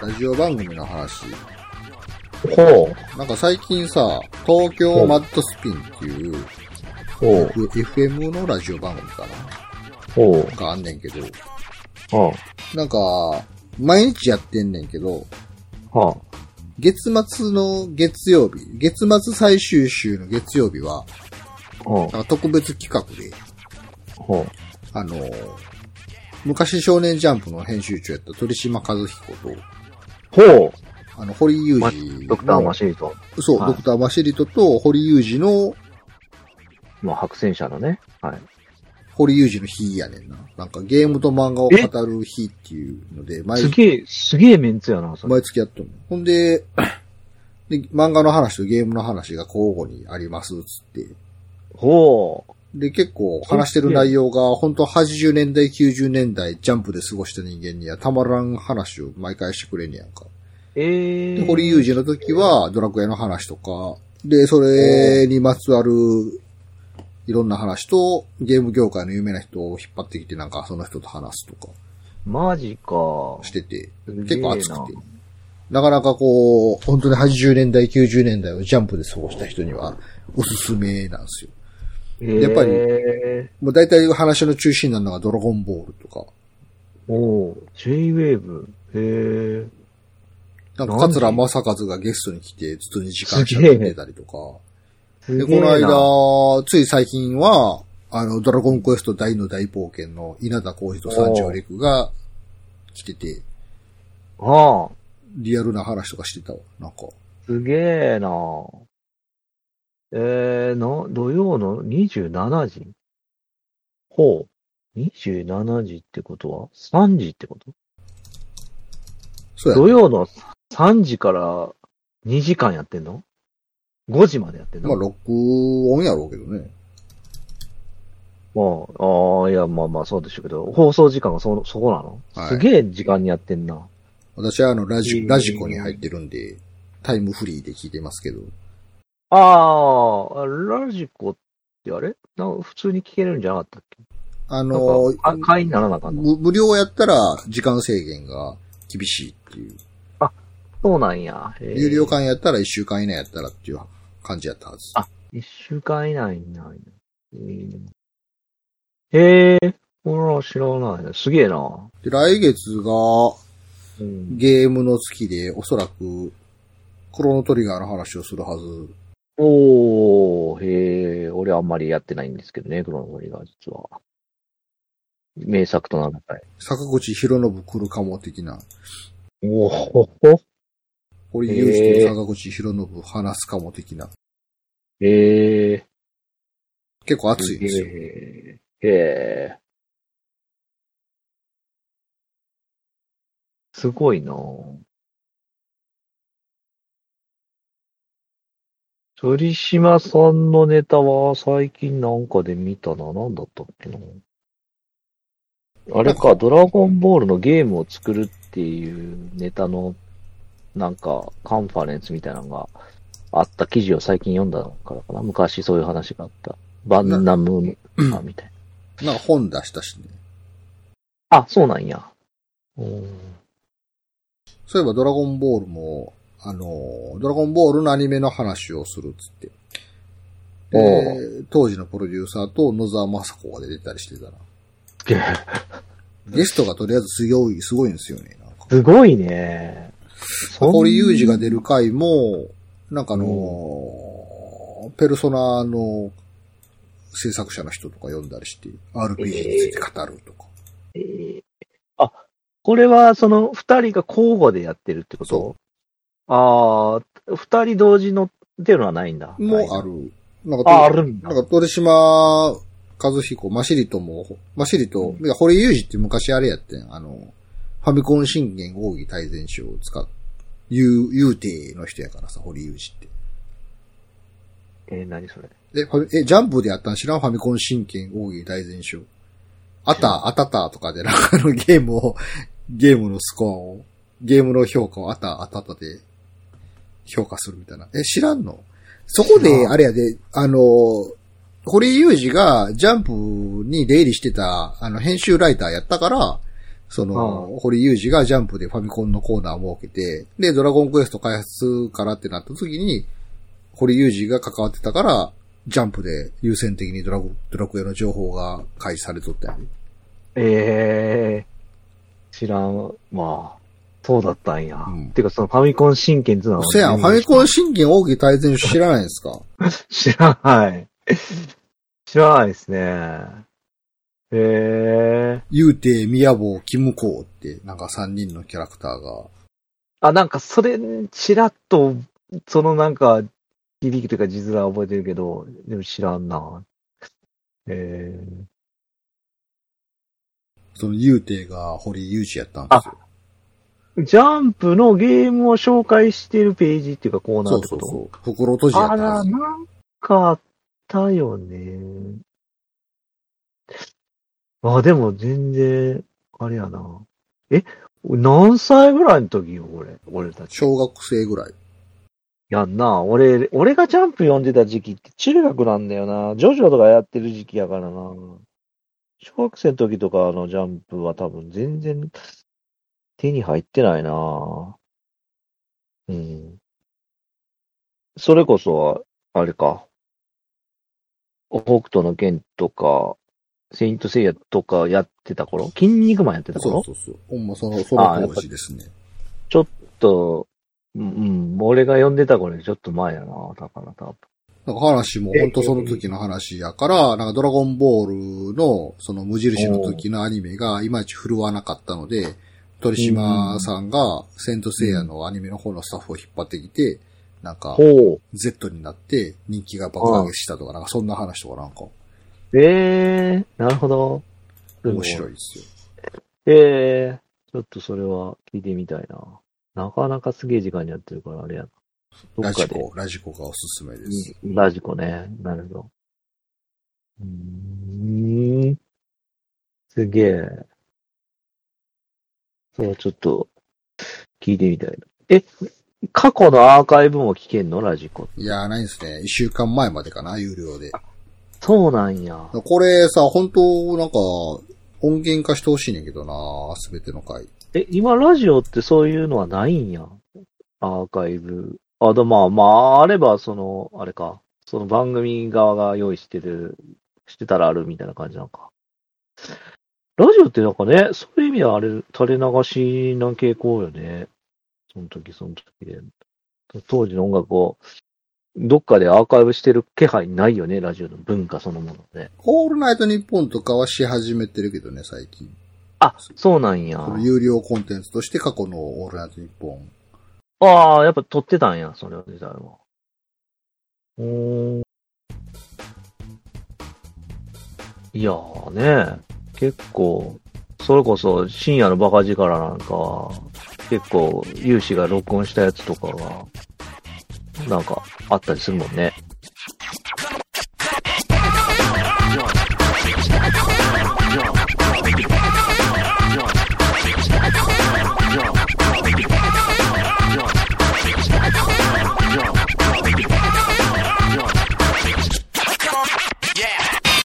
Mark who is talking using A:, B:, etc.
A: ラジオ番組の話。
B: ほう。
A: なんか最近さ、東京マッドスピンっていう、
B: ほう。
A: FM のラジオ番組かな
B: ほう。
A: があんねんけど、
B: は
A: なんか、毎日やってんねんけど、
B: あ。は
A: 月末の月曜日、月末最終週の月曜日は、
B: あ。は
A: なんか特別企画で、
B: あ。は
A: あのー昔少年ジャンプの編集長やった鳥島和彦と、
B: あ。ほ
A: あの、堀井雄
C: ま
A: 二
C: ドクターマシリと、
A: ー。そう、
B: はい
A: ドクターマシリトと堀井雄二の、
C: まあ、白戦車のね。はい。
A: 堀井雄二の日やねんな。なんかゲームと漫画を語る日っていうので、毎
C: すげえ、すげえメンツやな、それ。
A: 毎月やっとんの。ほんで、で、漫画の話とゲームの話が交互にあります、つって。
C: ほう。
A: で、結構話してる内容が、本当80年代、90年代、ジャンプで過ごした人間にはたまらん話を毎回してくれんねやんか。
C: ええ
A: で、堀井雄二の時は、ドラクエの話とか、で、それにまつわる、いろんな話と、ゲーム業界の有名な人を引っ張ってきて、なんかその人と話すとか
C: マジか。
A: してて、
C: すげえな
A: 結構熱くて。なかなかこう、本当に80年代、90年代をジャンプで過ごした人には、おすすめなんですよ。やっぱり
C: え
A: もう大体話の中心なのがドラゴンボールとか、
C: ー、おう、J-Wave。へえ。
A: なんか
C: なんで
A: 桂正和がゲストに来て、ずっと2時間
C: すげえ
A: 喋ってたりとか、
C: す
A: で、
C: げ
A: こ
C: えな
A: の間、つい最近は、あの、ドラゴンクエスト大の大冒険の稲田浩二と三条陸が来てて、
C: ああ、
A: リアルな話とかしてたわ。なんか、
C: すげえな。えー、な、土曜の27時ほう。27時ってことは ?3 時ってこと
A: そうや
C: 土曜の3時から2時間やってんの ?5 時までやってん
A: な。まあ、
C: の
A: 録音やろうけどね。
C: まあ、ああ、いや、まあまあ、そうでしょうけど、放送時間がそ、そこなの、
A: はい
C: すげえ時間にやってんな。
A: 私はあの、ラ
C: え
A: ジ、
C: ー
A: ラジコに入ってるんで、タイムフリーで聞いてますけど、
C: ああ、ラジコってあれなんか普通に聞けるんじゃなかったっけ
A: あ
C: なん
A: の
C: か、あ会員にならなあかんの
A: 無無料やったら時間制限が厳しいっていう、
C: そうなんや。へえ
A: 有料間やったら1週間以内やったらっていう感じやったはず。
C: あ一週間以内にないへえー、俺ら知らないね。すげえな。
A: で、来月が、
C: うん。
A: ゲームの月で、おそらく、クロノトリガーの話をするはず。
C: おー、へえ、俺あんまりやってないんですけどね、黒の森が実は。名作となったい。
A: 坂口博信来るかも的な。
C: おー、
A: 堀井雄二と
C: へー
A: 坂口博信話すかも的な。
C: へえ。
A: 結構熱いんですよ。
C: へえ。へえ。すごいなぁ鳥島さんのネタは最近なんかで見たな。なんだったっけなあれか、ドラゴンボールのゲームを作るっていうネタのなんかカンファレンスみたいなのがあった記事を最近読んだからかな。昔そういう話があった。バンナムかみたい
A: なんか本出したしね。
C: な。あ、そうなんや。うん
A: そういえばドラゴンボールも、あの、ドラゴンボールのアニメの話をするっつって。で、当時のプロデューサーと野沢雅子が出てたりしてたら。ゲストがとりあえずすごい、すごいんですよね。なんか
C: すごいね。そん
A: 堀裕二が出る回も、なんかあのーペルソナの制作者の人とか読んだりして、RPG について語るとか。
C: えーあ、これはその二人が交互でやってるってこ
A: そ
C: とああ、二人同時のっていうのはないんだ。
A: も
C: あ
A: ある。なんか、
C: あ、あるんだ
A: なん。か、鳥島和彦、マシリトも、マシリト、いや堀裕二って昔あれやってん、あの、ファミコン信玄奥義大全書を使う、ゆう、ゆうていの人やからさ、堀裕二って。
C: えー、何それ。
A: え、ファミえ、ジャンプでやったん知らんファミコン神剣奥義大全書。あた、あたたとかで、なんかあのゲームを、ゲームのスコアを、ゲームの評価をあた、あたたで評価するみたいな。え、知らんのそこ
C: 知
A: で、
C: らん
A: あれやで、あの、堀井雄二がジャンプに出入りしてた、あの、編集ライターやったから、その、堀裕二がジャンプでファミコンのコーナーを設けて、で、ドラゴンクエスト開発からってなった時に、堀裕二が関わってたから、ジャンプで優先的にドラゴドラクエの情報が開示されとったよね。
C: ええ知らん。まあ、そうだったんや。
A: うん
C: てか、そのファミコン神剣ってのは。
A: せやん、ファミコン
C: 知
A: 神剣大きい大全知らないんですか
C: 知らない。知らないですね。ええ
A: ゆうて、みやぼう、きむこうって、なんか3人のキャラクターが。
C: あ、なんか、それ、ちらっと、そのなんか、響きというか、実は覚えてるけど、でも知らんな。ええ
A: そのゆうてが堀裕二やったんですよ。
C: ジャンプのゲームを紹介してるページっていうかコーナー
A: そ
C: っ
A: う
C: て
A: そう
C: こと
A: そう。袋閉じやった
C: あ
A: んですよ
C: ら、なんかあったよね。あ、でも全然、あれやな。え、何歳ぐらいの時よ、俺、俺たち。
A: 小学生ぐらい。
C: やんな。俺、俺がジャンプ読んでた時期って中学なんだよな。ジョジョとかやってる時期やからな。小学生の時とかのジャンプは多分全然手に入ってないな。うん。それこそ、あれか。北斗の剣とか、セイントセイヤとかやってた頃筋肉マンやってた
A: そ
C: 頃
A: うそうそう。ほんまその、その当時ですね。
C: ちょっと、うん、うん、俺が読んでた頃よりちょっと前やな。だから多分。
A: なんか話もほんとその時の話やから、なんかドラゴンボールのその無印の時のアニメがいまいち振るわなかったので、鳥島さんがセントセイヤのアニメの方のスタッフを引っ張ってきて、なんか
C: ほう。
A: Z になって人気が爆上げしたとか、なんかそんな話とかなんか
C: ええなるほど。
A: 面白
C: い。
A: いですよ。
C: ええちょっとそれは聞いてみたいな。なかなかすげえ時間にやってるからあれやな。ど
A: ラ
C: っか
A: ジ
C: で。
A: コ、ラジコがおすすめです。
C: うんラジコね。なるほど。うーん。すげえ。それはちょっと聞いてみたいな。え、過去のアーカイブも聞けんのラジコ。
A: いやーないんですね。一週間前までかな、有料で。
C: そうなんや。
A: これさ、本当なんか、音源化してほしいねんけどなすべての回。
C: え、今ラジオってそういうのはないんや。アーカイブ。あ、でもまあ、まあ、あれば、その、あれか。その番組側が用意してる、してたらあるみたいな感じなんか。ラジオってなんかね、そういう意味ではあれ、垂れ流しの傾向よね。その時その時で。当時の音楽を、どっかでアーカイブしてる気配ないよね、ラジオの文化そのものね。
A: オールナイトニッポンとかはし始めてるけどね、最近。
C: あ、そうなんや。
A: その有料コンテンツとして過去のオールナイトニッポン。
C: ああ、やっぱ撮ってたんや、それ自体は。うーん。いやーね、結構、それこそ深夜のバカ力なんかは、結構、有志が録音したやつとかが、なんかあったりするもんね。